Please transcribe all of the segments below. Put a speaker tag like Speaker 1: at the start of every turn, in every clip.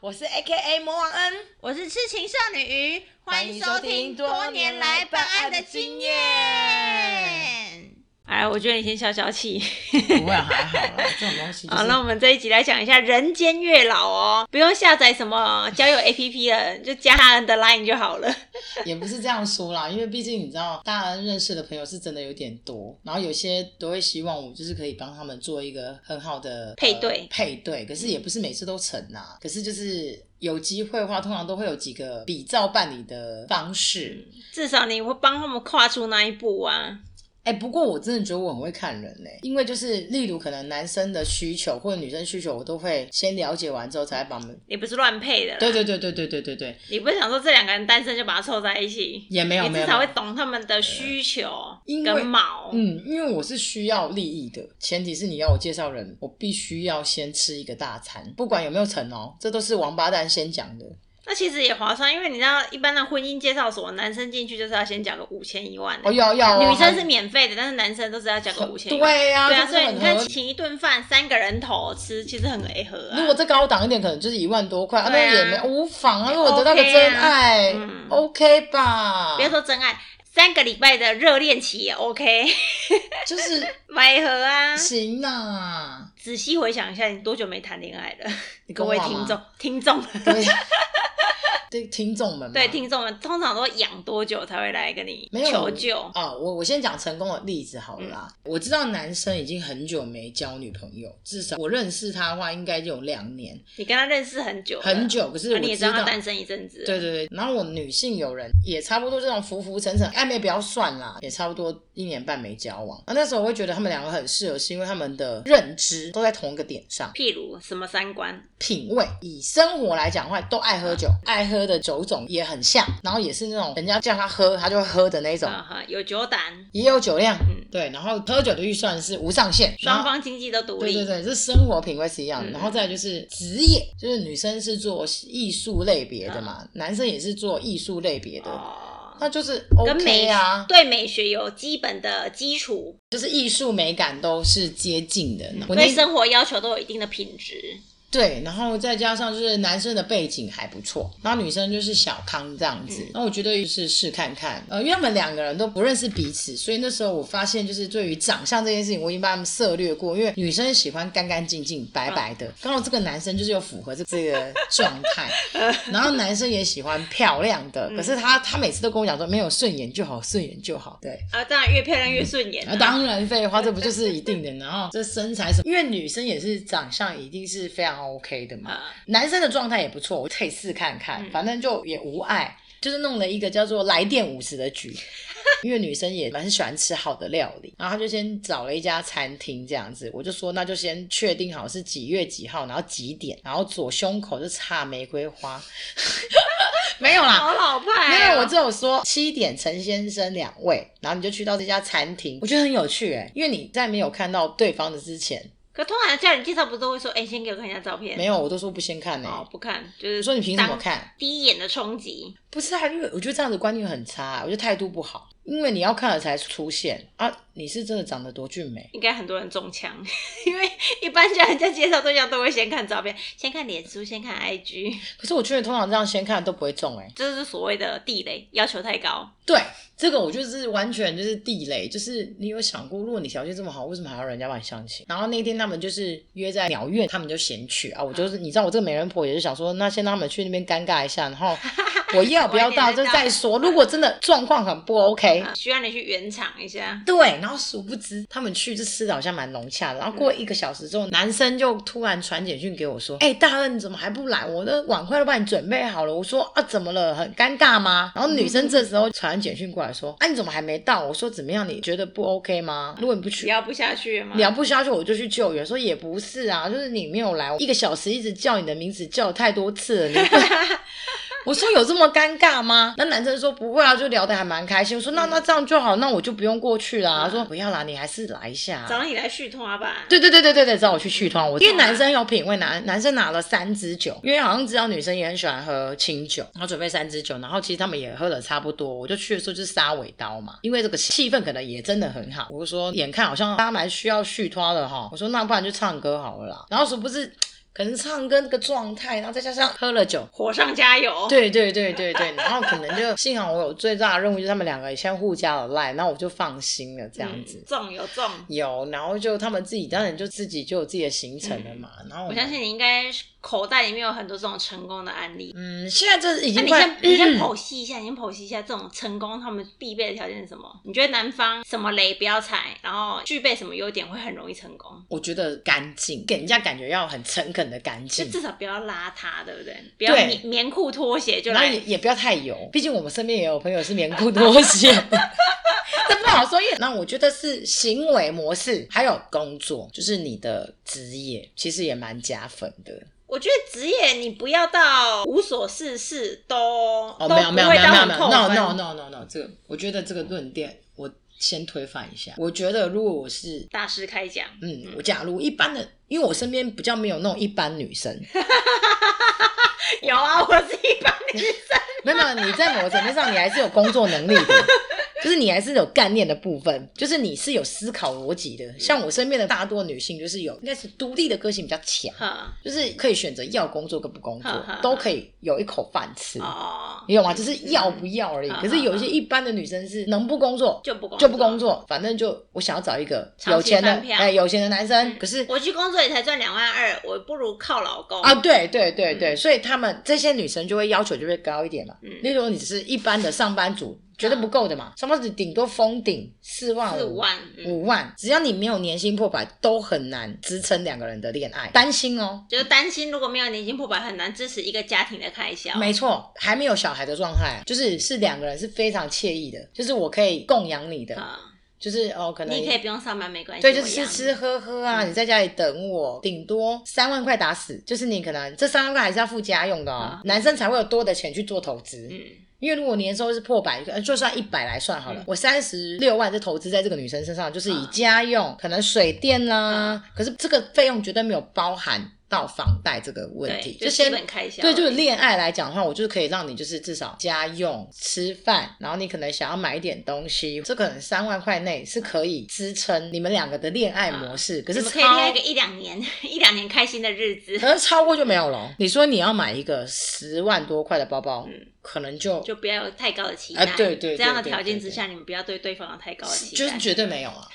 Speaker 1: 我是 A K A 魔王恩，
Speaker 2: 我是痴情少女鱼，欢迎收听多
Speaker 1: 多
Speaker 2: 年
Speaker 1: 年
Speaker 2: 来
Speaker 1: 来
Speaker 2: 办
Speaker 1: 办
Speaker 2: 案
Speaker 1: 案
Speaker 2: 的
Speaker 1: 的
Speaker 2: 经
Speaker 1: 经
Speaker 2: 验
Speaker 1: 验。
Speaker 2: 哎，我觉得你先消消气。
Speaker 1: 不会啊还好啦，这种东西就
Speaker 2: 好，
Speaker 1: 是
Speaker 2: 那我们这一集来讲一下人间月老哦，不用下载什 么交友 APP 了，就加他人的 Line 就好了。
Speaker 1: 也不是这样说啦，因为毕竟你知道，大人认识的朋友是真的有点多，然后有些都会希望我就是可以帮他们做一个很好的
Speaker 2: 配对
Speaker 1: 呃配对，可是也不是每次都成啦，可是就是。有机会的话，通常都会有几个比照办理的方式。
Speaker 2: 至少你会帮他们跨出那一步啊。
Speaker 1: 哎、不过我真的觉得我很会看人嘞、因为就是例如可能男生的需求或者女生需求，我都会先了解完之后才帮他们。
Speaker 2: 你不是乱配的啦，
Speaker 1: 对对对对对对对对，
Speaker 2: 你不是想说这两个人单身就把它凑在一起，
Speaker 1: 也没有
Speaker 2: 你
Speaker 1: 没
Speaker 2: 至
Speaker 1: 有没有
Speaker 2: 少会懂他们的需求
Speaker 1: 因为
Speaker 2: 跟毛。
Speaker 1: 嗯，因为我是需要利益的，前提是你要我介绍人，我必须要先吃一个大餐，不管有没有成哦，这都是王八蛋先讲的。
Speaker 2: 那其实也划算，因为你知道，一般的婚姻介绍所，男生进去就是要先缴个五千一万的
Speaker 1: 哦，要要、哦，
Speaker 2: 女生是免费的，但是男生都是要缴个五千一万。
Speaker 1: 对呀、
Speaker 2: 对啊，
Speaker 1: 这
Speaker 2: 所
Speaker 1: 是
Speaker 2: 以
Speaker 1: 很
Speaker 2: 你
Speaker 1: 合
Speaker 2: 看，
Speaker 1: 理。
Speaker 2: 请一顿饭三个人头吃，其实很 A 合啊。
Speaker 1: 如果再高档一点，可能就是一万多块，那
Speaker 2: 对啊
Speaker 1: 也没无妨啊。如果得到个
Speaker 2: OK 啊
Speaker 1: 真爱
Speaker 2: 嗯
Speaker 1: ，OK 吧？
Speaker 2: 不要说真爱，三个礼拜的热恋期也 OK，
Speaker 1: 就是。
Speaker 2: 买盒啊
Speaker 1: 行啦。
Speaker 2: 仔细回想一下，你多久没谈恋爱了？
Speaker 1: 你
Speaker 2: 各
Speaker 1: 跟我
Speaker 2: 位
Speaker 1: 好
Speaker 2: 听
Speaker 1: 吗
Speaker 2: 众，听众，
Speaker 1: 对， 对，听众们嘛，
Speaker 2: 对听众们，通常都养多久才会来跟你
Speaker 1: 没有
Speaker 2: 求救？嗯
Speaker 1: 啊、我我先讲成功的例子好了啦。我知道男生已经很久没交女朋友，至少我认识他的话，应该有两年，
Speaker 2: 你跟他认识很久了，
Speaker 1: 很久。可是
Speaker 2: 啊，
Speaker 1: 我
Speaker 2: 你也
Speaker 1: 知
Speaker 2: 知道
Speaker 1: 道，
Speaker 2: 他单身一阵子了。
Speaker 1: 对对对。然后我女性友人也差不多这种浮浮沉沉，暧昧不要算啦，也差不多一年半没交往。啊，那时候我会觉得他们两个很适合，是因为他们的认知都在同一个点上，
Speaker 2: 譬如什么三观，
Speaker 1: 品味。以生活来讲的话，都爱喝酒，爱喝的酒种也很像，然后也是那种人家叫他喝，他就会喝的那种。
Speaker 2: 啊哈，有酒胆，
Speaker 1: 也有酒量，
Speaker 2: 嗯
Speaker 1: 对，然后喝酒的预算是无上限，然
Speaker 2: 双
Speaker 1: 后
Speaker 2: 方经济都独
Speaker 1: 对
Speaker 2: 立。
Speaker 1: 对对，这生活品味是一样的，
Speaker 2: 嗯
Speaker 1: 然后再来就是职业，就是女生是做艺术类别的嘛，男生也是做艺术类别的，
Speaker 2: 嗯哦，
Speaker 1: 那就是
Speaker 2: 跟美
Speaker 1: OK 啊，
Speaker 2: 对美学有基本的基础，
Speaker 1: 就是艺术美感都是接近的。我那
Speaker 2: 对生活要求都有一定的品质。
Speaker 1: 对，然后再加上就是男生的背景还不错，然后女生就是小康这样子。那、我觉得就是试看看，呃，因为他们两个人都不认识彼此，所以那时候我发现就是对于长相这件事情，我已经把他们涉略过，因为女生喜欢干干净净、白白的，刚好这个男生就是有符合这这个状态，然后男生也喜欢漂亮的，可是他他每次都跟我讲说没有顺眼就好，顺眼就好，对。
Speaker 2: 啊，当然越漂亮越顺眼、
Speaker 1: 啊，当然废话，这不就是一定的？然后这身材什么，因为女生也是长相一定是非常 OK 的嘛，
Speaker 2: 啊
Speaker 1: 男生的状态也不错，我可以试看看，反正就也无碍。就是弄了一个叫做“来电五十”的局，因为女生也蛮喜欢吃好的料理，然后他就先找了一家餐厅这样子，我就说那就先确定好是几月几号，然后几点，然后左胸口就插玫瑰花， 没有啦，
Speaker 2: 好老
Speaker 1: 没
Speaker 2: 派、哦。
Speaker 1: 有，我只有说七点陈先生两位，然后你就去到这家餐厅，我觉得很有趣哎、因为你在没有看到对方的之前，
Speaker 2: 可通常家人介绍不是都会说，哎、先给我看一下照片。
Speaker 1: 没有，我都说不先看呢、
Speaker 2: 哦，不看，就是
Speaker 1: 你说你凭什么
Speaker 2: 当
Speaker 1: 看？
Speaker 2: 第一眼的冲击，
Speaker 1: 不是啊，因为我觉得这样子观念很差、啊我觉得态度不好，因为你要看了才出现啊，你是真的长得多俊美。
Speaker 2: 应该很多人中枪，因为一般家人家介绍对象都会先看照片，先看脸书，先看 IG，
Speaker 1: 可是我觉得通常这样先看都不会中哎、
Speaker 2: 这是所谓的地雷，要求太高。
Speaker 1: 对，这个我就是完全就是地雷，就是你有想过，如果你条件这么好，为什么还要人家帮你相亲？然后那天他们就是约在鸟院，他们就嫌去啊，我就是你知道我这个媒人婆也是想说，那先让他们去那边尴尬一下，然后我要不要到就再说。如果真的状况很不 OK，
Speaker 2: 啊需要你去圆场一下。
Speaker 1: 对，然后殊不知他们去就吃的好像蛮融洽的，然后过一个小时之后，男生就突然传简讯给我说：“哎、大恩你怎么还不来？我的碗筷都帮你准备好了。”我说：“啊，怎么了？很尴尬吗？”然后女生这时候传简讯过来说：“啊，你怎么还没到？”我说：“怎么样？你觉得不 OK 吗？如果你不去。”
Speaker 2: 聊不下去了吗？
Speaker 1: 聊不下去，我就去救援。说也不是啊，就是你没有来，我一个小时一直叫你的名字，叫太多次了。你我说有这么尴尬吗？那男生说不会啊，就聊得还蛮开心。我说那那这样就好，那我就不用过去啦。他说不要啦，你还是来一下啊。
Speaker 2: 找你来续通啊吧。
Speaker 1: 对对对对对对，找我去续团。我因为男生有品味，男男生拿了三支酒，因为好像知道女生也很喜欢喝清酒，然后准备三支酒，然后其实他们也喝了差不多。我就去的时候就是杀尾刀嘛，因为这个气氛可能也真的很好。我就说眼看好像大家蛮需要续团的哈，我说那不然就唱歌好了啦。然后说不是。可能唱歌那个状态，然后再加上喝了酒。
Speaker 2: 火上加油。
Speaker 1: 对对对对对，然后可能就幸好我有最大的任务就是他们两个先互加了赖，那我就放心了这样子
Speaker 2: 嗯。中有中。
Speaker 1: 有，然后就他们自己当然就自己就有自己的行程了嘛。然后
Speaker 2: 嗯我相信你应该口袋里面有很多这种成功的案例。
Speaker 1: 嗯，现在这已
Speaker 2: 那
Speaker 1: 经
Speaker 2: 你
Speaker 1: 快嗯
Speaker 2: 先你先剖析一下，你先剖析一下这种成功他们必备的条件是什么？你觉得男方什么雷不要踩，然后具备什么优点会很容易成功？
Speaker 1: 我觉得干净，给人家感觉要很诚恳的干
Speaker 2: 就
Speaker 1: 净，
Speaker 2: 至少不要邋遢，对不对？不要
Speaker 1: 对
Speaker 2: 棉棉裤拖鞋就
Speaker 1: 然后
Speaker 2: 来
Speaker 1: 也也不要太油，毕竟我们身边也有朋友是棉裤拖鞋。 这不好说，因为那我觉得是行为模式，还有工作，就是你的职业，其实也蛮加分的。
Speaker 2: 我觉得职业你不要到无所事事都、
Speaker 1: 哦，
Speaker 2: 都
Speaker 1: 没有
Speaker 2: 不
Speaker 1: 没有
Speaker 2: 会
Speaker 1: 没有
Speaker 2: 到
Speaker 1: 没有
Speaker 2: 很
Speaker 1: 没有
Speaker 2: 扣
Speaker 1: ，no
Speaker 2: 分。
Speaker 1: no no no no，这个我觉得这个论点我先推翻一下。我觉得如果我是
Speaker 2: 大师开讲，
Speaker 1: 嗯，我假如一般的，因为我身边比较没有那种一般女生，
Speaker 2: 有啊，我是一般女生，
Speaker 1: 没有没有，你在某层面上你还是有工作能力的，就是你还是有干练的部分，就是你是有思考逻辑的。像我身边的大多女性，就是有应该是独立的个性比较强，
Speaker 2: 哼
Speaker 1: 就是可以选择要工作跟不工
Speaker 2: 哼
Speaker 1: 作
Speaker 2: 哼哼
Speaker 1: 都可以有一口饭吃。
Speaker 2: 哦，
Speaker 1: 你懂吗？就是要不要而已。
Speaker 2: 嗯
Speaker 1: 可是有一些一般的女生是能不工作
Speaker 2: 就不工
Speaker 1: 就不工作，反正就我想要找一个有钱的
Speaker 2: 长期饭票
Speaker 1: 哎有钱的男生，
Speaker 2: 嗯
Speaker 1: 可是
Speaker 2: 我去工作也才赚两万二，我不如靠老公
Speaker 1: 啊，对对对对，所以他们这些女生就会要求就会高一点
Speaker 2: 嗯
Speaker 1: 嘛。
Speaker 2: 啊
Speaker 1: 例如你只是一般的上班族，绝对不够的嘛，上班族顶多封顶四万
Speaker 2: 四
Speaker 1: 五
Speaker 2: 五。万，嗯，
Speaker 1: 五万，只要你没有年薪破百，都很难支撑两个人的恋爱。担心哦，
Speaker 2: 就是担心如果没有年薪破百，很难支持一个家庭的开销。
Speaker 1: 没错，还没有小孩的状态，就是是两个人是非常惬意的，就是我可以供养你的，
Speaker 2: 啊、
Speaker 1: 就是哦，可能
Speaker 2: 你可以不用上班没关系，
Speaker 1: 对，就是
Speaker 2: 我
Speaker 1: 吃
Speaker 2: 养
Speaker 1: 吃喝喝啊，
Speaker 2: 嗯
Speaker 1: 你在家里等我，顶多三万块打死，就是你可能这三万块还是要付家用的哦
Speaker 2: 啊，
Speaker 1: 男生才会有多的钱去做投资。
Speaker 2: 嗯，
Speaker 1: 因为如果年收入是破百，呃就算一百来算好了，
Speaker 2: 嗯
Speaker 1: 我三十六万就投资在这个女生身上，就是以
Speaker 2: 啊
Speaker 1: 家用、可能水电啦、
Speaker 2: 嗯
Speaker 1: 可是这个费用绝对没有包含到房贷这个问
Speaker 2: 对，
Speaker 1: 题，
Speaker 2: 就基
Speaker 1: 先。
Speaker 2: 本开销而
Speaker 1: 对，
Speaker 2: 已，
Speaker 1: 就是恋爱来讲的话，我就是可以让你就是至少家用、吃饭，然后你可能想要买一点东西，这可能三万块内是可以支撑你们两个的恋爱模式。可
Speaker 2: 你
Speaker 1: 是
Speaker 2: 们
Speaker 1: 超
Speaker 2: 可以恋爱个一两年， 一两年开心的日子
Speaker 1: 可是超过就没有了。你说你要买一个十万多块的包包，
Speaker 2: 嗯
Speaker 1: 可能就
Speaker 2: 就不要有太高的期待。
Speaker 1: 啊对对对
Speaker 2: 这样的
Speaker 1: 对
Speaker 2: 条件
Speaker 1: 对
Speaker 2: 之下，你们不要对对方有太高的期待，
Speaker 1: 就是绝对没有 啊。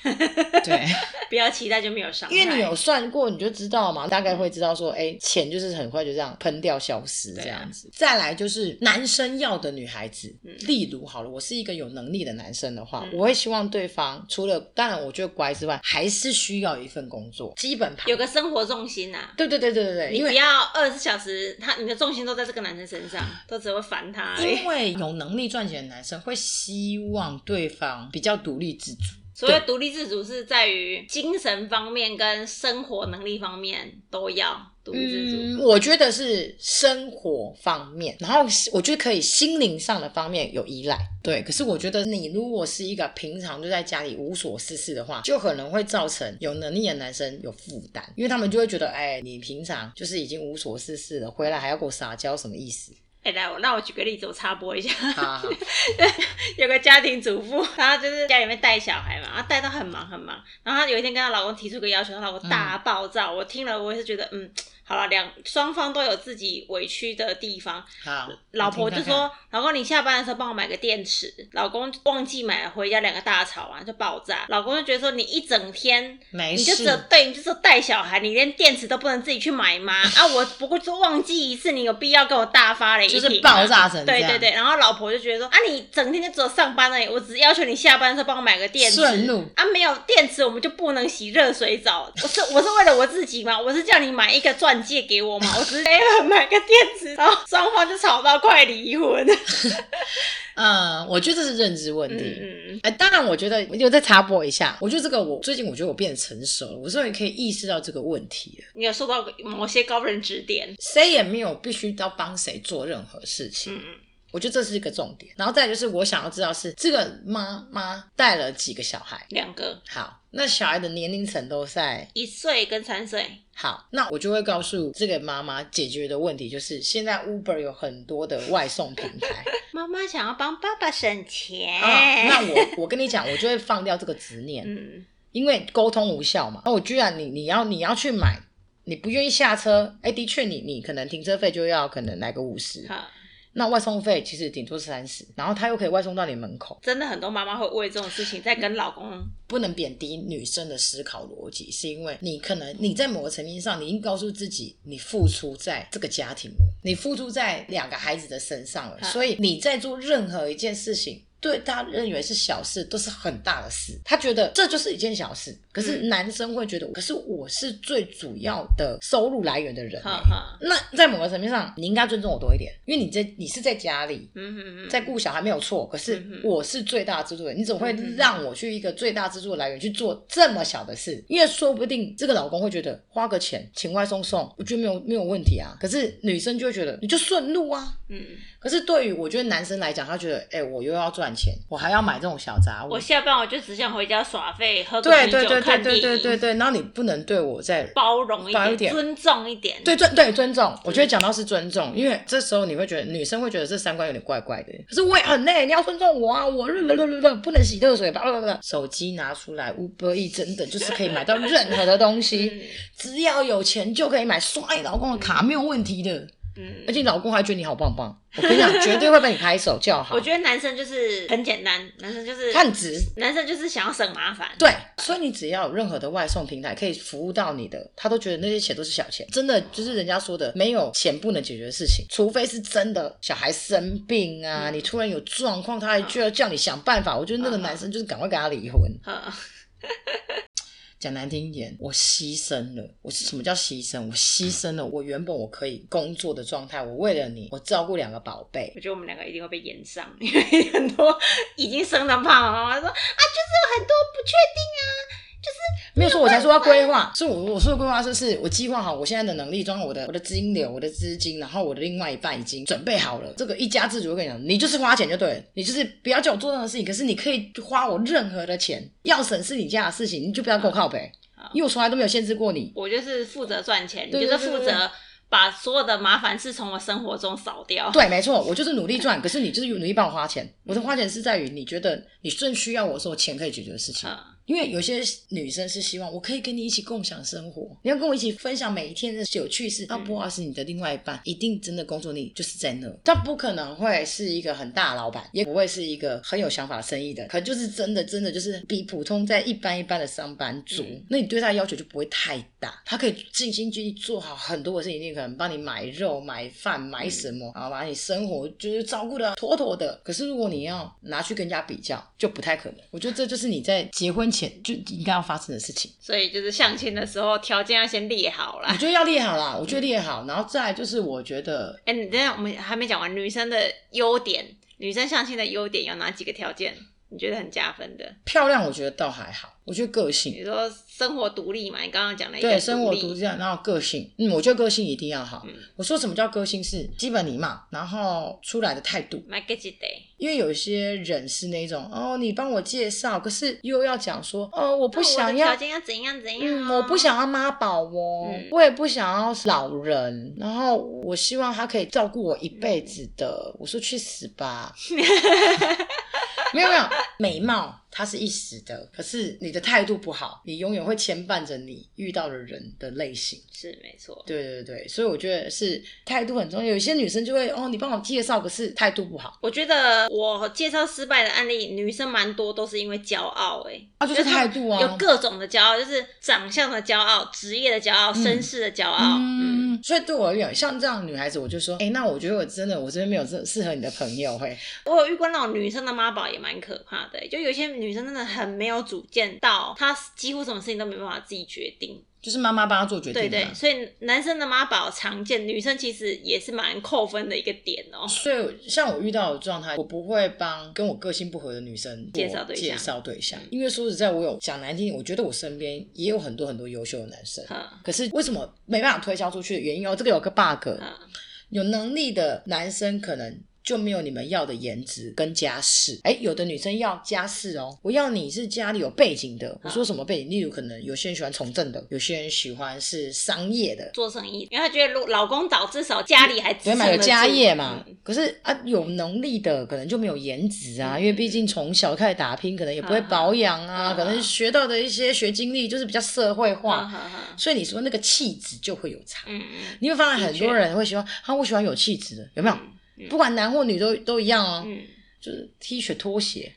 Speaker 1: 对，
Speaker 2: 不要期待就没有伤害。
Speaker 1: 因为你有算过，你就知道嘛，大概会知道说，哎、钱就是很快就这样喷掉消失
Speaker 2: 对啊
Speaker 1: 这样子。再来就是男生要的女孩子，
Speaker 2: 嗯
Speaker 1: 例如好了，我是一个有能力的男生的话，
Speaker 2: 嗯
Speaker 1: 我会希望对方除了当然我觉得乖之外，还是需要一份工作，基本盘
Speaker 2: 有。个生活重心呐、啊。
Speaker 1: 对对对对对对，
Speaker 2: 你
Speaker 1: 因
Speaker 2: 不
Speaker 1: 为。
Speaker 2: 要二十四小时，他你的重心都在这个男生身上，都只会烦他而已
Speaker 1: 因。为有能力赚钱的男生会希望对方比较独立自主，
Speaker 2: 所谓独立自主是在于精神方面跟生活能力方面都要独立自主。
Speaker 1: 嗯，我觉得是生活方面，然后我觉得可以心灵上的方面有依赖。对，可是我觉得你如果是一个平常就在家里无所事事的话，就可能会造成有能力的男生有负担，因为他们就会觉得，哎，你平常就是已经无所事事了，回来还要给我撒娇，什么意 思？
Speaker 2: 哎、来，我让我举个例子，我插播一下，
Speaker 1: 好好好
Speaker 2: 有个家庭主妇，她就是家里面带小孩嘛，然后带到很忙很忙，然后她有一天跟她老公提出个要求，她老公大
Speaker 1: 嗯
Speaker 2: 暴躁，我听了我也是觉得，嗯，好了，两双方都有自己委屈的地方，
Speaker 1: 好，
Speaker 2: 老婆
Speaker 1: 你
Speaker 2: 就
Speaker 1: 听看看
Speaker 2: 说：“老公，你下班的时候帮我买个电池。”老公忘记买了，回家两个大吵完就爆炸。老公就觉得说：“你一整天，
Speaker 1: 没
Speaker 2: 你就只有
Speaker 1: 事，
Speaker 2: 对，你就只有带小孩，你连电池都不能自己去买吗？啊，我不过就忘记一次，你有必要跟我大发雷霆
Speaker 1: 就
Speaker 2: 吗？”
Speaker 1: 是爆炸成这
Speaker 2: 对
Speaker 1: 样，
Speaker 2: 对对，然后老婆就觉得说：“啊，你整天就只有上班而已，我只要求你下班的时候帮我买个电池。”
Speaker 1: 顺路
Speaker 2: 啊，没有电池我们就不能洗热水澡。 我是我是为了我自己嘛，我是叫你买一个钻戒给我嘛，我只是 买个电池，然后双方就吵到快离婚。
Speaker 1: 嗯，我觉得这是认知问
Speaker 2: 嗯
Speaker 1: 题。
Speaker 2: 嗯，
Speaker 1: 哎，当然，我觉得我就再插播一下，我觉得这个我最近我觉得我变成熟了，我终于可以意识到这个问题了。
Speaker 2: 你有受到某些高人指点？
Speaker 1: 谁也没有必须要帮谁做任何事情，
Speaker 2: 嗯嗯，
Speaker 1: 我觉得这是一个重点。然后再来就是我想要知道是这个妈妈带了几个小孩，
Speaker 2: 两个，
Speaker 1: 好，那小孩的年龄层都在
Speaker 2: 一岁跟三岁。
Speaker 1: 好，那我就会告诉这个妈妈解决的问题就是，现在 Uber 有很多的外送平台
Speaker 2: 妈妈想要帮爸爸省钱。
Speaker 1: 啊，那我我跟你讲，我就会放掉这个执念，
Speaker 2: 嗯，
Speaker 1: 因为沟通无效嘛。那我居然你你要你要去买你不愿意下车，哎，的确你你可能停车费就要可能来个五十，
Speaker 2: 好，
Speaker 1: 那外送费其实顶多是三十，然后他又可以外送到你门口，
Speaker 2: 真的很多妈妈会为这种事情在跟老公，
Speaker 1: 不能贬低女生的思考逻辑，是因为你可能你在某个层面上，你已经告诉自己，你付出在这个家庭了，你付出在两个孩子的身上了，
Speaker 2: 啊
Speaker 1: 所以你在做任何一件事情。对他认为是小事，都是很大的事。他觉得这就是一件小事，可是
Speaker 2: 嗯
Speaker 1: 男生会觉得，可是我是最主要的收入来源的人欸、
Speaker 2: 哈哈，
Speaker 1: 那在某个层面上，你应该尊重我多一点，因为你在你是在家里，
Speaker 2: 嗯嗯嗯，
Speaker 1: 在顾小孩没有错，可是
Speaker 2: 嗯哼
Speaker 1: 我是最大制作人，你怎么会
Speaker 2: 嗯哼
Speaker 1: 让我去一个最大制作来源去做这么小的事？因为说不定这个老公会觉得花个钱请外送送，我觉得没有没有问题啊。可是女生就会觉得你就顺路啊。
Speaker 2: 嗯，
Speaker 1: 可是对于我觉得男生来讲，他觉得哎、我又要赚钱，我还要买这种小杂物
Speaker 2: 我。下班我就只想回家耍废，喝个
Speaker 1: 对
Speaker 2: 啤酒
Speaker 1: 对对对
Speaker 2: 看电
Speaker 1: 对
Speaker 2: 影，
Speaker 1: 对对对，然后你不能对我在
Speaker 2: 包容一
Speaker 1: 包
Speaker 2: 点，
Speaker 1: 一点
Speaker 2: 尊重一点，
Speaker 1: 对尊对尊
Speaker 2: 嗯
Speaker 1: 重，我觉得讲到是尊重，因为这时候你会觉得女生会觉得这三观有点怪怪的，可是我也很累，你要尊重我啊，我热热热热热不能洗热水吧，不不不，手机拿出来，Uber E 真的就是可以买到任何的东西，
Speaker 2: 嗯
Speaker 1: 只要有钱就可以买，刷你老公的卡没有问题的，
Speaker 2: 嗯
Speaker 1: 而且你老公还觉得你好棒棒，我跟你讲， 绝对会被你拍手叫好
Speaker 2: 我，觉得男生就是很简单，男生就是
Speaker 1: 看直。
Speaker 2: 男生就是想要省麻烦，
Speaker 1: 对，所以你只要有任何的外送平台可以服务到你的，他都觉得那些钱都是小钱。真的就是人家说的，没有钱不能解决的事情，除非是真的小孩生病啊，你突然有状况，他还就要叫你想办法。我觉得那个男生就是赶快跟他离婚。
Speaker 2: 呵，
Speaker 1: 讲难听一点，我牺牲了。我是什么叫牺牲？我牺牲了我原本我可以工作的状态，我为了你，我照顾两个宝贝。
Speaker 2: 我觉得我们两个一定会被延上，因为很多已经生的爸爸妈妈说啊，就是有很多不确定啊，
Speaker 1: 没有说，我才说要规划。所以我我说的规划就是我计划好我现在的能力，装我的我的资金流、我的资金，然后我的另外一半已经准备好了。这个一家之主，我跟你讲，你就是花钱就对了，你就是不要叫我做任何事情，可是你可以花我任何的钱，要省是你家的事情，你就不要跟我靠北
Speaker 2: 好，
Speaker 1: 因为我从来都没有限制过你。
Speaker 2: 我就是负责赚钱，你
Speaker 1: 对
Speaker 2: 就是
Speaker 1: 对对
Speaker 2: 负
Speaker 1: 对
Speaker 2: 责把所有的麻烦事从我生活中扫掉。
Speaker 1: 对，没错，我就是努力赚，可是你就是有努力帮我花钱。我的花钱是在于你觉得你正需要我的时候，钱可以解决的事情。
Speaker 2: 嗯，
Speaker 1: 因为有些女生是希望我可以跟你一起共享生活，你要跟我一起分享每一天的有趣事。那不好意思，你的另外一半一定真的工作力就是在那，他不可能会是一个很大的老板，也不会是一个很有想法的生意的，可就是真的真的就是比普通在一般一般的上班族，
Speaker 2: 嗯
Speaker 1: 那你对他的要求就不会太大，他可以尽心尽力做好很多的事情，你可能帮你买肉、买饭、买什么，然后把你生活就是照顾的妥妥的。可是如果你要拿去跟人家比较，就不太可能。我觉得这就是你在结婚前就应该要发生的事情。
Speaker 2: 所以就是相亲的时候条件要先列好啦
Speaker 1: 我。觉得要列好啦，我觉得列好，然后再来就是我觉得
Speaker 2: 哎、你等一下我们还没讲完，女生的优点，女生相亲的优点有哪几个条件？你觉得很加分的？
Speaker 1: 漂亮，我觉得倒还好，我觉得个性
Speaker 2: 你说生活独立嘛？你刚刚讲了一个
Speaker 1: 对，生活
Speaker 2: 立
Speaker 1: 独立，然后个性，嗯，我觉得个性一定要好。
Speaker 2: 嗯
Speaker 1: 我说什么叫个性是基本礼貌，然后出来的态度。
Speaker 2: ，my get it day，
Speaker 1: 因为有些人是那种哦，你帮我介绍，可是又要讲说哦，我不
Speaker 2: 那我的
Speaker 1: 想要
Speaker 2: 条，件要怎样啊怎样、
Speaker 1: 嗯，我不。想要妈宝哦，
Speaker 2: 嗯
Speaker 1: 我也不想要老人，然后我希望他可以照顾我一辈子的。我说去死 吧，没有没有，美貌它是一时的，可是你的态度不好，你永远会牵绊着你遇到的人的类型。
Speaker 2: 是没错，
Speaker 1: 对对对，所以我觉得是态度很重要。有些女生就会哦，你帮我介绍，可是态度不好，
Speaker 2: 我觉得我介绍失败的案例，女生蛮多都是因为骄傲、欸，
Speaker 1: 啊，就是态度啊，
Speaker 2: 有各种的骄傲，就是长相的骄傲、职业的骄傲、
Speaker 1: 嗯
Speaker 2: 身世的骄傲，嗯，
Speaker 1: 嗯，所以对我而言，像这样的女孩子，我就说，哎、那我觉得我真的，我这边没有这适合你的朋友、嘿，
Speaker 2: 我有遇过那种女生的妈宝也蛮可怕的、欸就有一些女生真的很没有主见，到她几乎什么事情都没办法自己决定。
Speaker 1: 就是妈妈帮她做决定、
Speaker 2: 对
Speaker 1: 啊，
Speaker 2: 对，所以男生的妈宝常见，女生其实也是蛮扣分的一个点哦、
Speaker 1: 所以，像我遇到的状态，我不会帮跟我个性不合的女生
Speaker 2: 介绍对象
Speaker 1: 介绍对象，因为说实在，我有讲难听，我觉得我身边也有很多很多优秀的男生，
Speaker 2: 嗯
Speaker 1: 可是为什么没办法推销出去的原因哦，这个有个 bug，
Speaker 2: 嗯
Speaker 1: 有能力的男生可能就没有你们要的颜值跟家世。哎，有的女生要家世哦，我要你是家里有背景的。我说什么背景？例如可能有些人喜欢从政的，有些人喜欢是商业的，
Speaker 2: 做生意，因为他觉得如老公早，至少家里还支
Speaker 1: 对
Speaker 2: 撑
Speaker 1: 嘛，有
Speaker 2: 得住
Speaker 1: 家业嘛。
Speaker 2: 嗯
Speaker 1: 可是啊，有能力的可能就没有颜值啊，
Speaker 2: 嗯
Speaker 1: 因为毕竟从小开始打拼，可能也不会
Speaker 2: 嗯嗯
Speaker 1: 保养啊，
Speaker 2: 嗯
Speaker 1: 可能
Speaker 2: 嗯
Speaker 1: 学到的一些学经历就是比较社会
Speaker 2: 嗯
Speaker 1: 化，
Speaker 2: 嗯嗯
Speaker 1: 所以你说那个气质就会有差。
Speaker 2: 嗯嗯，
Speaker 1: 你会发现很
Speaker 2: 的
Speaker 1: 多
Speaker 2: 确
Speaker 1: 人会喜欢，啊，我喜欢有气质的，有没有？
Speaker 2: 嗯
Speaker 1: 不管男或女都都一样哦，
Speaker 2: 嗯，
Speaker 1: 就是 T 恤拖鞋。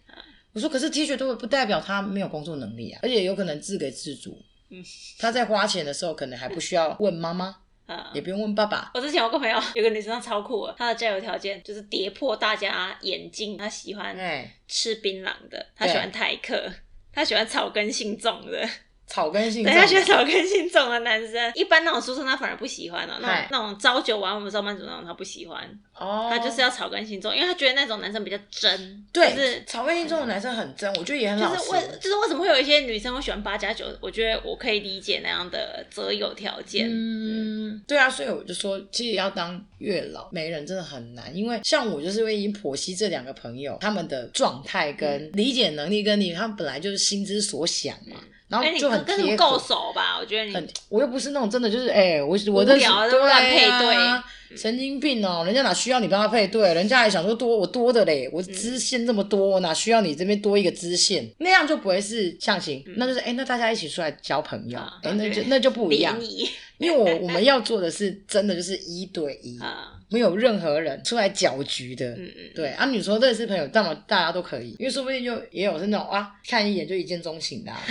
Speaker 1: 我说，可是 T 恤拖鞋不代表他没有工作能力啊，而且有可能自给自足。
Speaker 2: 嗯，
Speaker 1: 他在花钱的时候，可能还不需要问妈妈，
Speaker 2: 嗯
Speaker 1: 也不用问爸爸，
Speaker 2: 我之前有个朋友，有个女生她超酷的，她的交友条件就是跌破大家眼镜，她喜欢
Speaker 1: 哎，
Speaker 2: 吃槟榔的，她
Speaker 1: 对
Speaker 2: 喜欢台客。她喜欢草根性重的，
Speaker 1: 草根性
Speaker 2: 对，
Speaker 1: 重
Speaker 2: 她喜欢草根性重的男生。一般那种书生她反而不喜欢哦，那
Speaker 1: 嗨
Speaker 2: 种那种朝九晚五的上班族那种她不喜欢，
Speaker 1: 哦，
Speaker 2: 她就是要草根性重，因为她觉得那种男生比较真，就
Speaker 1: 对
Speaker 2: 是
Speaker 1: 草根性重的男生很真，我觉得也很
Speaker 2: 就
Speaker 1: 老
Speaker 2: 是为
Speaker 1: 实。
Speaker 2: 就是为什么会有一些女生会喜欢八加九？我觉得我可以理解那样的择友条件。
Speaker 1: 嗯，对啊，所以我就说，其实要当月老媒人真的很难，因为像我就是会已经剖析这两个朋友他们的状态跟理解能力跟你，他们本来就是心之所想嘛，然后
Speaker 2: 哎、你
Speaker 1: 就很
Speaker 2: 跟你
Speaker 1: 贴
Speaker 2: 够
Speaker 1: 合。
Speaker 2: 熟吧？我觉得你
Speaker 1: 很，我又不是那种真的就是，哎、我我的
Speaker 2: 无聊
Speaker 1: 对
Speaker 2: 就乱配
Speaker 1: 啊神经病哦、人家哪需要你帮他配对，人家还想说多我多的嘞，
Speaker 2: 嗯
Speaker 1: 我支线这么多，我哪需要你这边多一个支线？那样就不会是相亲，那就是哎、那大家一起出来交朋友，哎、
Speaker 2: 嗯啊
Speaker 1: 那就
Speaker 2: 对
Speaker 1: 那就不一样
Speaker 2: 联，谊
Speaker 1: 因为我我们要做的是真的就是一对一，
Speaker 2: 啊，
Speaker 1: 没有任何人出来搅局的。
Speaker 2: 嗯嗯，
Speaker 1: 对啊，你说认识朋友，那么大家都可以，因为说不定就也有是那种啊，看一眼就一见钟情 的啊、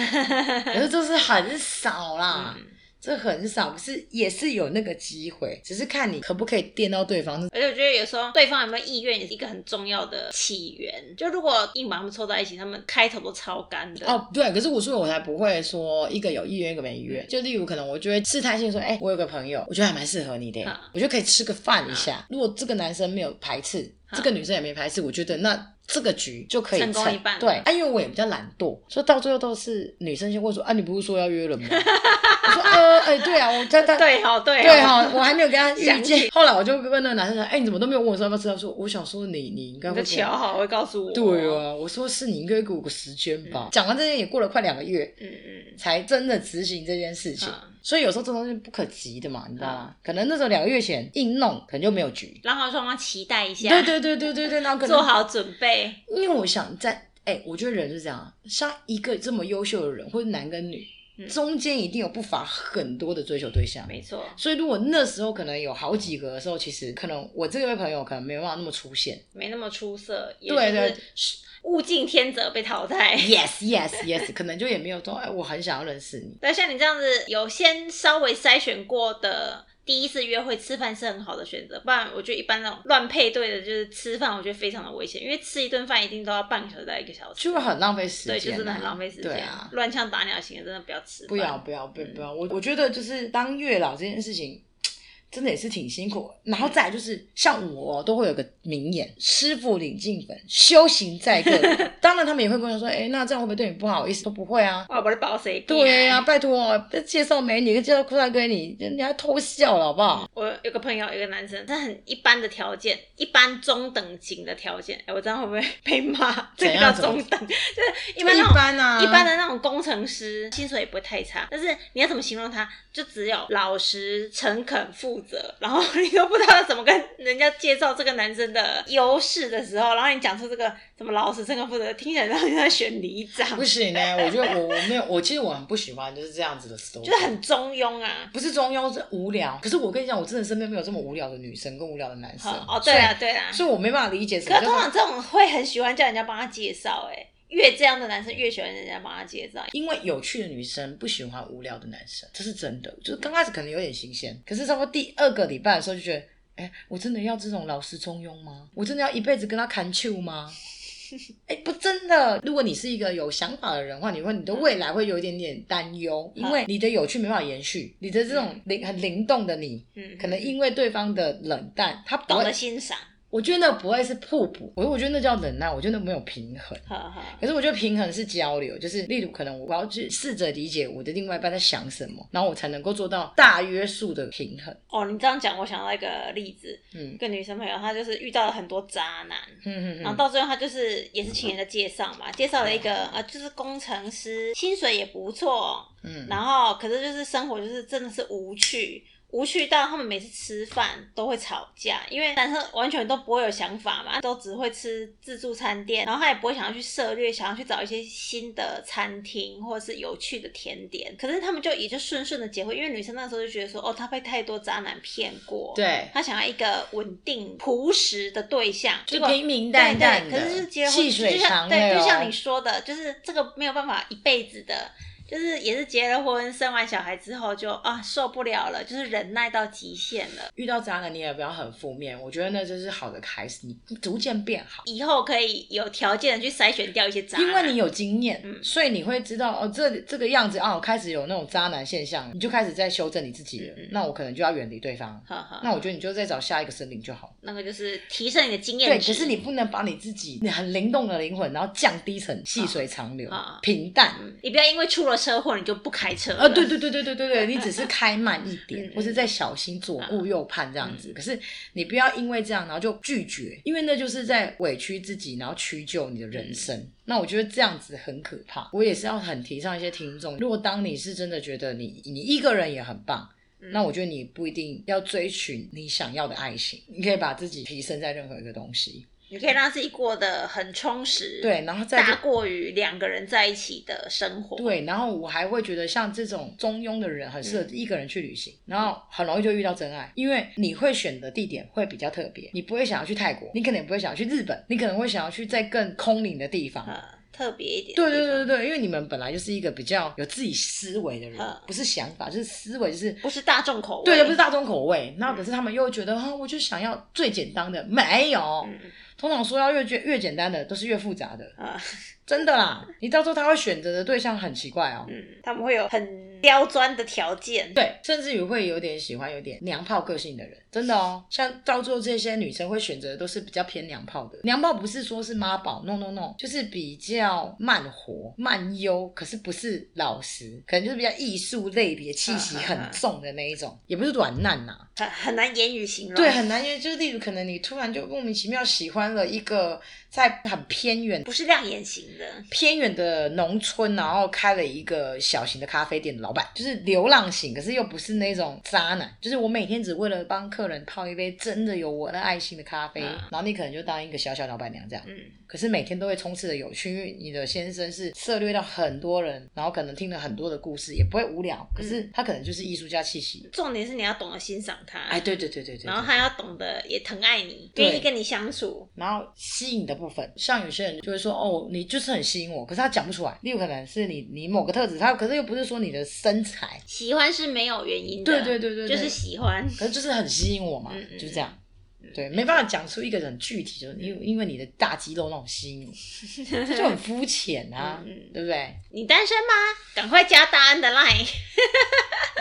Speaker 1: 可是这是很少啦，
Speaker 2: 嗯
Speaker 1: 这很少，可是也是有那个机会，只是看你可不可以电到对方。
Speaker 2: 而且我觉得有时候对方有没有意愿也是一个很重要的起源。就如果硬把他们凑在一起，他们开头都超干的。
Speaker 1: 哦，对，可是我说我才不会说一个有意愿，一个没意愿。就例如可能我就会试探性说，哎、我有个朋友，我觉得还蛮适合你的，
Speaker 2: 啊
Speaker 1: 我觉得可以吃个饭一下。如果这个男生没有排斥，
Speaker 2: 啊
Speaker 1: 这个女生也没排斥，我觉得那。这个局就可以
Speaker 2: 成功
Speaker 1: 成
Speaker 2: 一半了
Speaker 1: 对，啊，因为我也比较懒惰，所以到最后都是女生先问说啊，你不是说要约了 吗？我说呃，哎、对啊，我在在
Speaker 2: 对哦，对
Speaker 1: 对啊
Speaker 2: 哦，
Speaker 1: 哈、我还没有跟他 遇
Speaker 2: 想
Speaker 1: 见。后来我就问那个男生说：“哎、你怎么都没有问我说要不要吃饭？”说：“我想说你，你应该
Speaker 2: 你
Speaker 1: 会
Speaker 2: 就瞧好会告诉我。
Speaker 1: 对，啊，我说是你应该给我个时间吧。讲完这件也过了快两个月，
Speaker 2: 嗯嗯
Speaker 1: 才真的执行这件事情。
Speaker 2: 嗯
Speaker 1: 所以有时候这东西不可及的嘛，你知道吗？可能那时候两个月前硬弄，可能就没有局。
Speaker 2: 让他双方期待一下，
Speaker 1: 对对对对对对，然后可
Speaker 2: 做
Speaker 1: 能
Speaker 2: 好准备。
Speaker 1: 因为我想在哎、我觉得人是这样啊，像一个这么优秀的人，或者男跟女，
Speaker 2: 嗯
Speaker 1: 中间一定有不乏很多的追求对象。
Speaker 2: 没错，
Speaker 1: 所以如果那时候可能有好几个的时候，其实可能我这位朋友可能没有办法那么出现。
Speaker 2: 没那么出色，也
Speaker 1: 对对
Speaker 2: 就是物竞天择被淘 汰。
Speaker 1: Yes, yes, yes，可 能就也没有说，哎，我很想要认识你。
Speaker 2: 对，像你这样子有先稍微筛选过的，第一次约会吃饭是很好的选择，不然我觉得一般那种乱配对的，就是吃饭，我觉得非常的危险，因为吃一顿饭一定都要半个小时到一个小时，
Speaker 1: 就是很浪费时间、啊
Speaker 2: 对，就真的很浪费时间，
Speaker 1: 对啊，
Speaker 2: 乱枪打鸟型的真的不要吃饭，
Speaker 1: 不要不要不要不要，
Speaker 2: 嗯
Speaker 1: 我我觉得就是当月老这件事情，真的也是挺辛
Speaker 2: 嗯
Speaker 1: 苦。然后再来就是像我都会有个名言：师傅领进门，修行在个 人。当然他们也会跟我说，哎，那这样会不会对你不好意思？都不会啊。
Speaker 2: 哦，我的保谁？
Speaker 1: 对啊呀、、拜托，介绍美女，介绍酷帅哥，你人家偷笑了好不好？
Speaker 2: 我有个朋友，有个男生，他很一般的条件，一般中等型的条件，哎，我这样会不会被 骂？这个
Speaker 1: 怎
Speaker 2: 叫
Speaker 1: 样怎
Speaker 2: 中
Speaker 1: 么
Speaker 2: 等， 就是嗯一
Speaker 1: 一
Speaker 2: 般那种
Speaker 1: 般啊，
Speaker 2: 一般的那种工程师薪水也不会太差，但是你要怎么形容他？就只有老实、诚恳、负责，然后你都不知道怎么跟人家介绍这个男生的优势的时候，然后你讲出这个什么老实、诚恳、负责，听起来像你在选里长，
Speaker 1: 不行呢、 我觉得我我没有，我其实我很不喜欢就是这样子的 s t
Speaker 2: 就是很中庸啊。
Speaker 1: 不是中庸，是无聊。可是我跟你讲，我真的身边没有这么无聊的女生跟无聊的男生。
Speaker 2: 好哦，对啊，对啊
Speaker 1: 所以，。所以我没办法理解什
Speaker 2: 可
Speaker 1: 么
Speaker 2: 是
Speaker 1: 叫
Speaker 2: 通常
Speaker 1: 做。
Speaker 2: 这种会很喜欢叫人家帮他介绍、哎，越这样的男生越喜欢人家帮他介绍。
Speaker 1: 因为有趣的女生不喜欢无聊的男生，这是真的。就是刚开始可能有点新鲜，可是差不多第二个礼拜的时候就觉得，哎，我真的要这种老实中庸吗？我真的要一辈子跟他砍球吗？ 哎，不真的。如果你是一个有想法的人的话，你会你的未来会有一点点担忧，因为你的有趣没办法延续，你的这种灵很灵动的你，
Speaker 2: 嗯，
Speaker 1: 可能因为对方的冷淡，他不
Speaker 2: 懂
Speaker 1: 会
Speaker 2: 得欣赏，
Speaker 1: 我觉得那不会是互补，我我觉得那叫忍耐，我觉得那没有平衡。
Speaker 2: 好好，
Speaker 1: 可是我觉得平衡是交流，就是例如可能我要去试着理解我的另外一半在想什么，然后我才能够做到大约数的平衡。
Speaker 2: 哦，你这样讲，我想到一个例子，
Speaker 1: 嗯
Speaker 2: 一个女生朋友，她就是遇到了很多渣男，
Speaker 1: 嗯嗯
Speaker 2: 然后
Speaker 1: 嗯，
Speaker 2: 到最后她就是也是情人的介绍嘛，介绍了一个呃，就是工程师，薪水也不错，
Speaker 1: 嗯
Speaker 2: 然后可是就是生活就是真的是无趣。无趣到他们每次吃饭都会吵架，因为男生完全都不会有想法嘛，都只会吃自助餐店，然后他也不会想要去涉猎，想要去找一些新的餐厅或者是有趣的甜点。可是他们就也就顺顺的结婚，因为女生那时候就觉得说，哦，她被太多渣男骗过，
Speaker 1: 嗯对，
Speaker 2: 她想要一个稳定朴实的对象，
Speaker 1: 就
Speaker 2: 结果
Speaker 1: 平平淡淡
Speaker 2: 对对，
Speaker 1: 的
Speaker 2: 可是就是结了婚
Speaker 1: 细水
Speaker 2: 就像
Speaker 1: 长流
Speaker 2: 对，就像你说的，就是这个没有办法一辈子的，就是也是结了婚、生完小孩之后就啊受不了了，就是忍耐到极限了，
Speaker 1: 遇到渣男你也不要很负面，我觉得那就是好的开始，你你逐渐变好。
Speaker 2: 以后可以有条件的去筛选掉一些渣男。
Speaker 1: 因为你有经验，
Speaker 2: 嗯
Speaker 1: 所以你会知道哦，这这个样子啊，我开始有那种渣男现象，你就开始在修正你自己了。
Speaker 2: 嗯嗯
Speaker 1: 那我可能就要远离对方。
Speaker 2: 呵呵，
Speaker 1: 那我觉得你就再找下一个森林就好了。
Speaker 2: 那个就是提升你的经
Speaker 1: 对，
Speaker 2: 验值。
Speaker 1: 可是你不能把你自己你很灵动的灵魂，然后降低成细水长流、
Speaker 2: 啊啊
Speaker 1: 平淡。
Speaker 2: 嗯，你不要因为出了车祸你就不开车
Speaker 1: 啊，对
Speaker 2: 了
Speaker 1: 对对对对对对，你只是开慢一点
Speaker 2: 嗯，嗯
Speaker 1: 或是再小心左顾右盼这样子。可是你不要因为这样，然后就拒绝，因为那就是在委屈自己，然后屈就你的人
Speaker 2: 嗯
Speaker 1: 生。那我觉得这样子很可怕。我也是要很提倡一些听众，如果当你是真的觉得你你一个人也很棒。
Speaker 2: 嗯
Speaker 1: 那我觉得你不一定要追寻你想要的爱情，你可以把自己提升在任何一个东西，
Speaker 2: 你可以让自己过得很充实，，
Speaker 1: 对，然后再
Speaker 2: 大过于两个人在一起的生活。
Speaker 1: 对，然后我还会觉得像这种中庸的人，很适
Speaker 2: 嗯
Speaker 1: 合一个人去旅行，然后很容易就遇到真爱，因为你会选的地点会比较特别，你不会想要去泰国，你可能也不会想要去日本，你可能会想要去在更空灵的地方。
Speaker 2: 呃，特别一点的
Speaker 1: 对
Speaker 2: 地方。
Speaker 1: 对对对对，因为你们本来就是一个比较有自己思维的人
Speaker 2: 嗯，
Speaker 1: 不是想法，就是思维，就是
Speaker 2: 不是大众口味，嗯
Speaker 1: 对，不是大众口味。那可是他们又觉得，啊，我就想要最简单的，没有。
Speaker 2: 嗯，嗯
Speaker 1: 通常说要越简越简单的，都是越复杂的，
Speaker 2: 啊，
Speaker 1: 真的啦。你到时候他会选择的对象很奇怪哦。
Speaker 2: 嗯，他们会有很刁钻的条件，
Speaker 1: 对，甚至于会有点喜欢有点娘炮个性的人，真的哦。像到最后这些女生会选择的都是比较偏娘炮的，娘炮不是说是妈宝，no no no，就是比较慢活、慢悠，可是不是老实，可能就是比较艺术类别气息很重的那一种，也不是软烂呐、
Speaker 2: 很很难言语形容。
Speaker 1: 对，很难，因为就是例如可能你突然就莫名其妙喜欢了一个在很偏远
Speaker 2: 不是亮眼型的，
Speaker 1: 偏远的农村，然后开了一个小型的咖啡店的老板，就是流浪型，可是又不是那种渣男，就是我每天只为了帮客人泡一杯真的有我的爱心的咖啡，
Speaker 2: 嗯
Speaker 1: 然后你可能就当一个小小老板娘这样，
Speaker 2: 嗯，
Speaker 1: 可是每天都会充斥着有趣，因为你的先生是涉猎到很多人，然后可能听了很多的故事，也不会无聊，可是他可能就是艺术家气息，
Speaker 2: 重点是你要懂得欣赏他，
Speaker 1: 哎，对对对对对对
Speaker 2: 然后他要懂得也疼爱你，
Speaker 1: 对
Speaker 2: 愿意跟你相处。
Speaker 1: 然后吸引的部分，像有些人就会说，哦，你就是很吸引我，可是他讲不出来。例如可能是你你某个特质，他可是又不是说你的身材，
Speaker 2: 喜欢是没有原因的，
Speaker 1: 对对对对对
Speaker 2: 就是喜欢。
Speaker 1: 可是就是很吸引我嘛，
Speaker 2: 嗯嗯嗯
Speaker 1: 就这样。对，没办法讲出一个很具体，就是因为因为你的大肌肉那种吸引我，这就很肤浅啊，
Speaker 2: 嗯嗯
Speaker 1: 对不对？
Speaker 2: 你单身吗？赶快加大安的 line，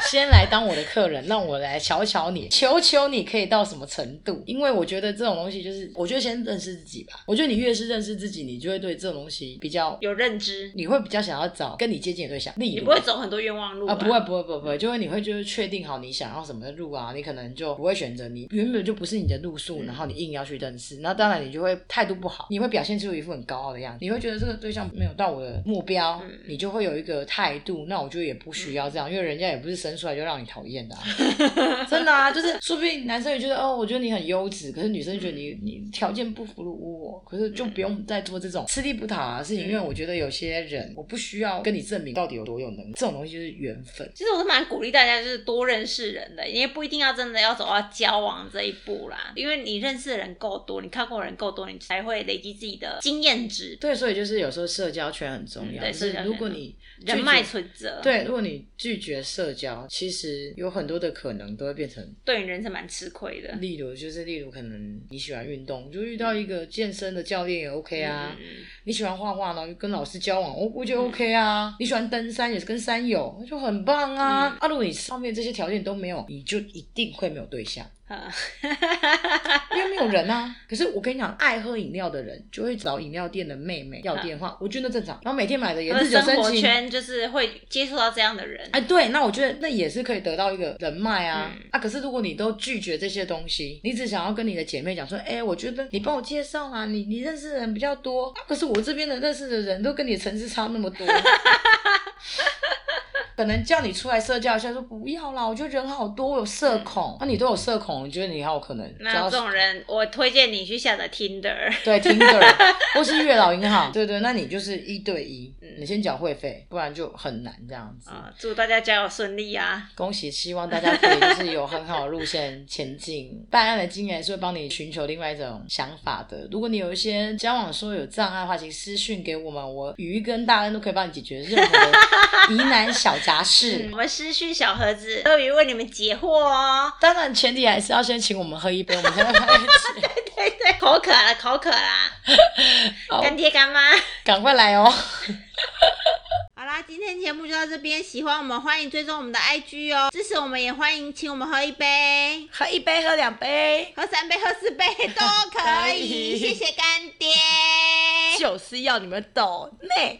Speaker 1: 先来当我的客人，让我来瞧瞧你，求求你可以到什么程度？因为我觉得这种东西就是，我觉得先认识自己吧。我觉得你越是认识自己，你就会对这种东西比较
Speaker 2: 有认知，
Speaker 1: 你会比较想要找跟你接近的对象，例
Speaker 2: 你
Speaker 1: 如
Speaker 2: 不会走很多冤枉路
Speaker 1: 啊，不会，不会，不会，不会，就会你会就是确定好你想要什么路啊，你可能就不会选择你原本就不是你的路
Speaker 2: 嗯
Speaker 1: 数，然后你硬要去认识，那当然你就会态度不好，你会表现出一副很高傲的样子，你会觉得这个对象没有到我的目标，
Speaker 2: 嗯
Speaker 1: 你就会有一个态度，那我就也不需要这样，因为人家也不是生出来就让你讨厌的、啊， 真的啊，就是说不定男生也觉得哦，我觉得你很优质，可是女生觉
Speaker 2: 嗯
Speaker 1: 得你你条件不符合我，可是就不用再做这种吃力不讨好的事情，
Speaker 2: 嗯
Speaker 1: 因为我觉得有些人我不需要跟你证明到底有多有能力，这种东西就是缘分。
Speaker 2: 其实我是蛮鼓励大家，就是多认识人的，你也不一定要真的要走到交往这一步啦，因为你认识的人够多，你看过的人够多，你才会累积自己的经验值、
Speaker 1: 对，所以就是有时候社交圈很重
Speaker 2: 嗯
Speaker 1: 要。
Speaker 2: 对
Speaker 1: 就是
Speaker 2: 社交圈
Speaker 1: 如果你拒绝
Speaker 2: 人脉存折，，
Speaker 1: 对，如果你拒绝社交，其实有很多的可能都会变成，
Speaker 2: 对你人生蛮吃亏的。
Speaker 1: 例如就是例如可能你喜欢运动，就遇到一个健身的教练也 OK 啊；
Speaker 2: 嗯，嗯
Speaker 1: 你喜欢画画，然后就跟老师交往，我我觉得 OK 啊；你喜欢登山也是跟山友，就很棒啊。
Speaker 2: 嗯
Speaker 1: 啊，如果你上面这些条件都没有，你就一定会没有对象，
Speaker 2: 嗯啊
Speaker 1: 因为没有种人啊。可是我跟你讲，爱喝饮料的人就会找饮料店的妹妹要电话，我觉得那正常。然后每天买的也
Speaker 2: 呃我的
Speaker 1: 是酒
Speaker 2: 生
Speaker 1: 生
Speaker 2: 活
Speaker 1: 情。
Speaker 2: 圈就是会接触到这样的人，
Speaker 1: 哎，对，那我觉得那也是可以得到一个人脉啊、
Speaker 2: 嗯
Speaker 1: 啊！可是如果你都拒绝这些东西，你只想要跟你的姐妹讲说，哎，我觉得你帮我介绍啊，你你认识的人比较多、啊，可是我这边的认识的人都跟你的层次差那么 多，可能叫你出来社交一下，说不要啦，我觉得人好多，我有社恐，那、你都有社恐，你觉得你还有可能
Speaker 2: 嗯那这
Speaker 1: 交
Speaker 2: 种人，我推荐你去下载 Tinder。
Speaker 1: 对 Tinder 或是月老银行，对对，那你就是一对一，
Speaker 2: 嗯
Speaker 1: 你先缴会费，不然就很难这样子。
Speaker 2: 啊、祝大家交友顺利啊！
Speaker 1: 恭喜，希望大家可以就是有很好的路线前进。 办案的经验是会帮你寻求另外一种想法的。如果你有一些交往说有障碍的话，请私讯给我们，我鱼跟大恩都可以帮你解决任何的疑难小杂事
Speaker 2: 嗯。 我们私讯小盒子，鳄鱼为你们解惑哦。
Speaker 1: 当然，前提还是要先请我们喝一杯，我们才会在一起。
Speaker 2: 对对，口渴了，口渴啦，
Speaker 1: 好，
Speaker 2: 干爹干妈。
Speaker 1: 赶快来哦！
Speaker 2: 好啦，今天节目就到这边，喜欢我们欢迎追踪我们的 IG 哦，支持我们也欢迎请我们喝一杯、
Speaker 1: 喝一杯，喝两杯，
Speaker 2: 喝三杯、喝四杯都可
Speaker 1: 可以
Speaker 2: 以，谢谢干爹。
Speaker 1: 就是要你们懂内。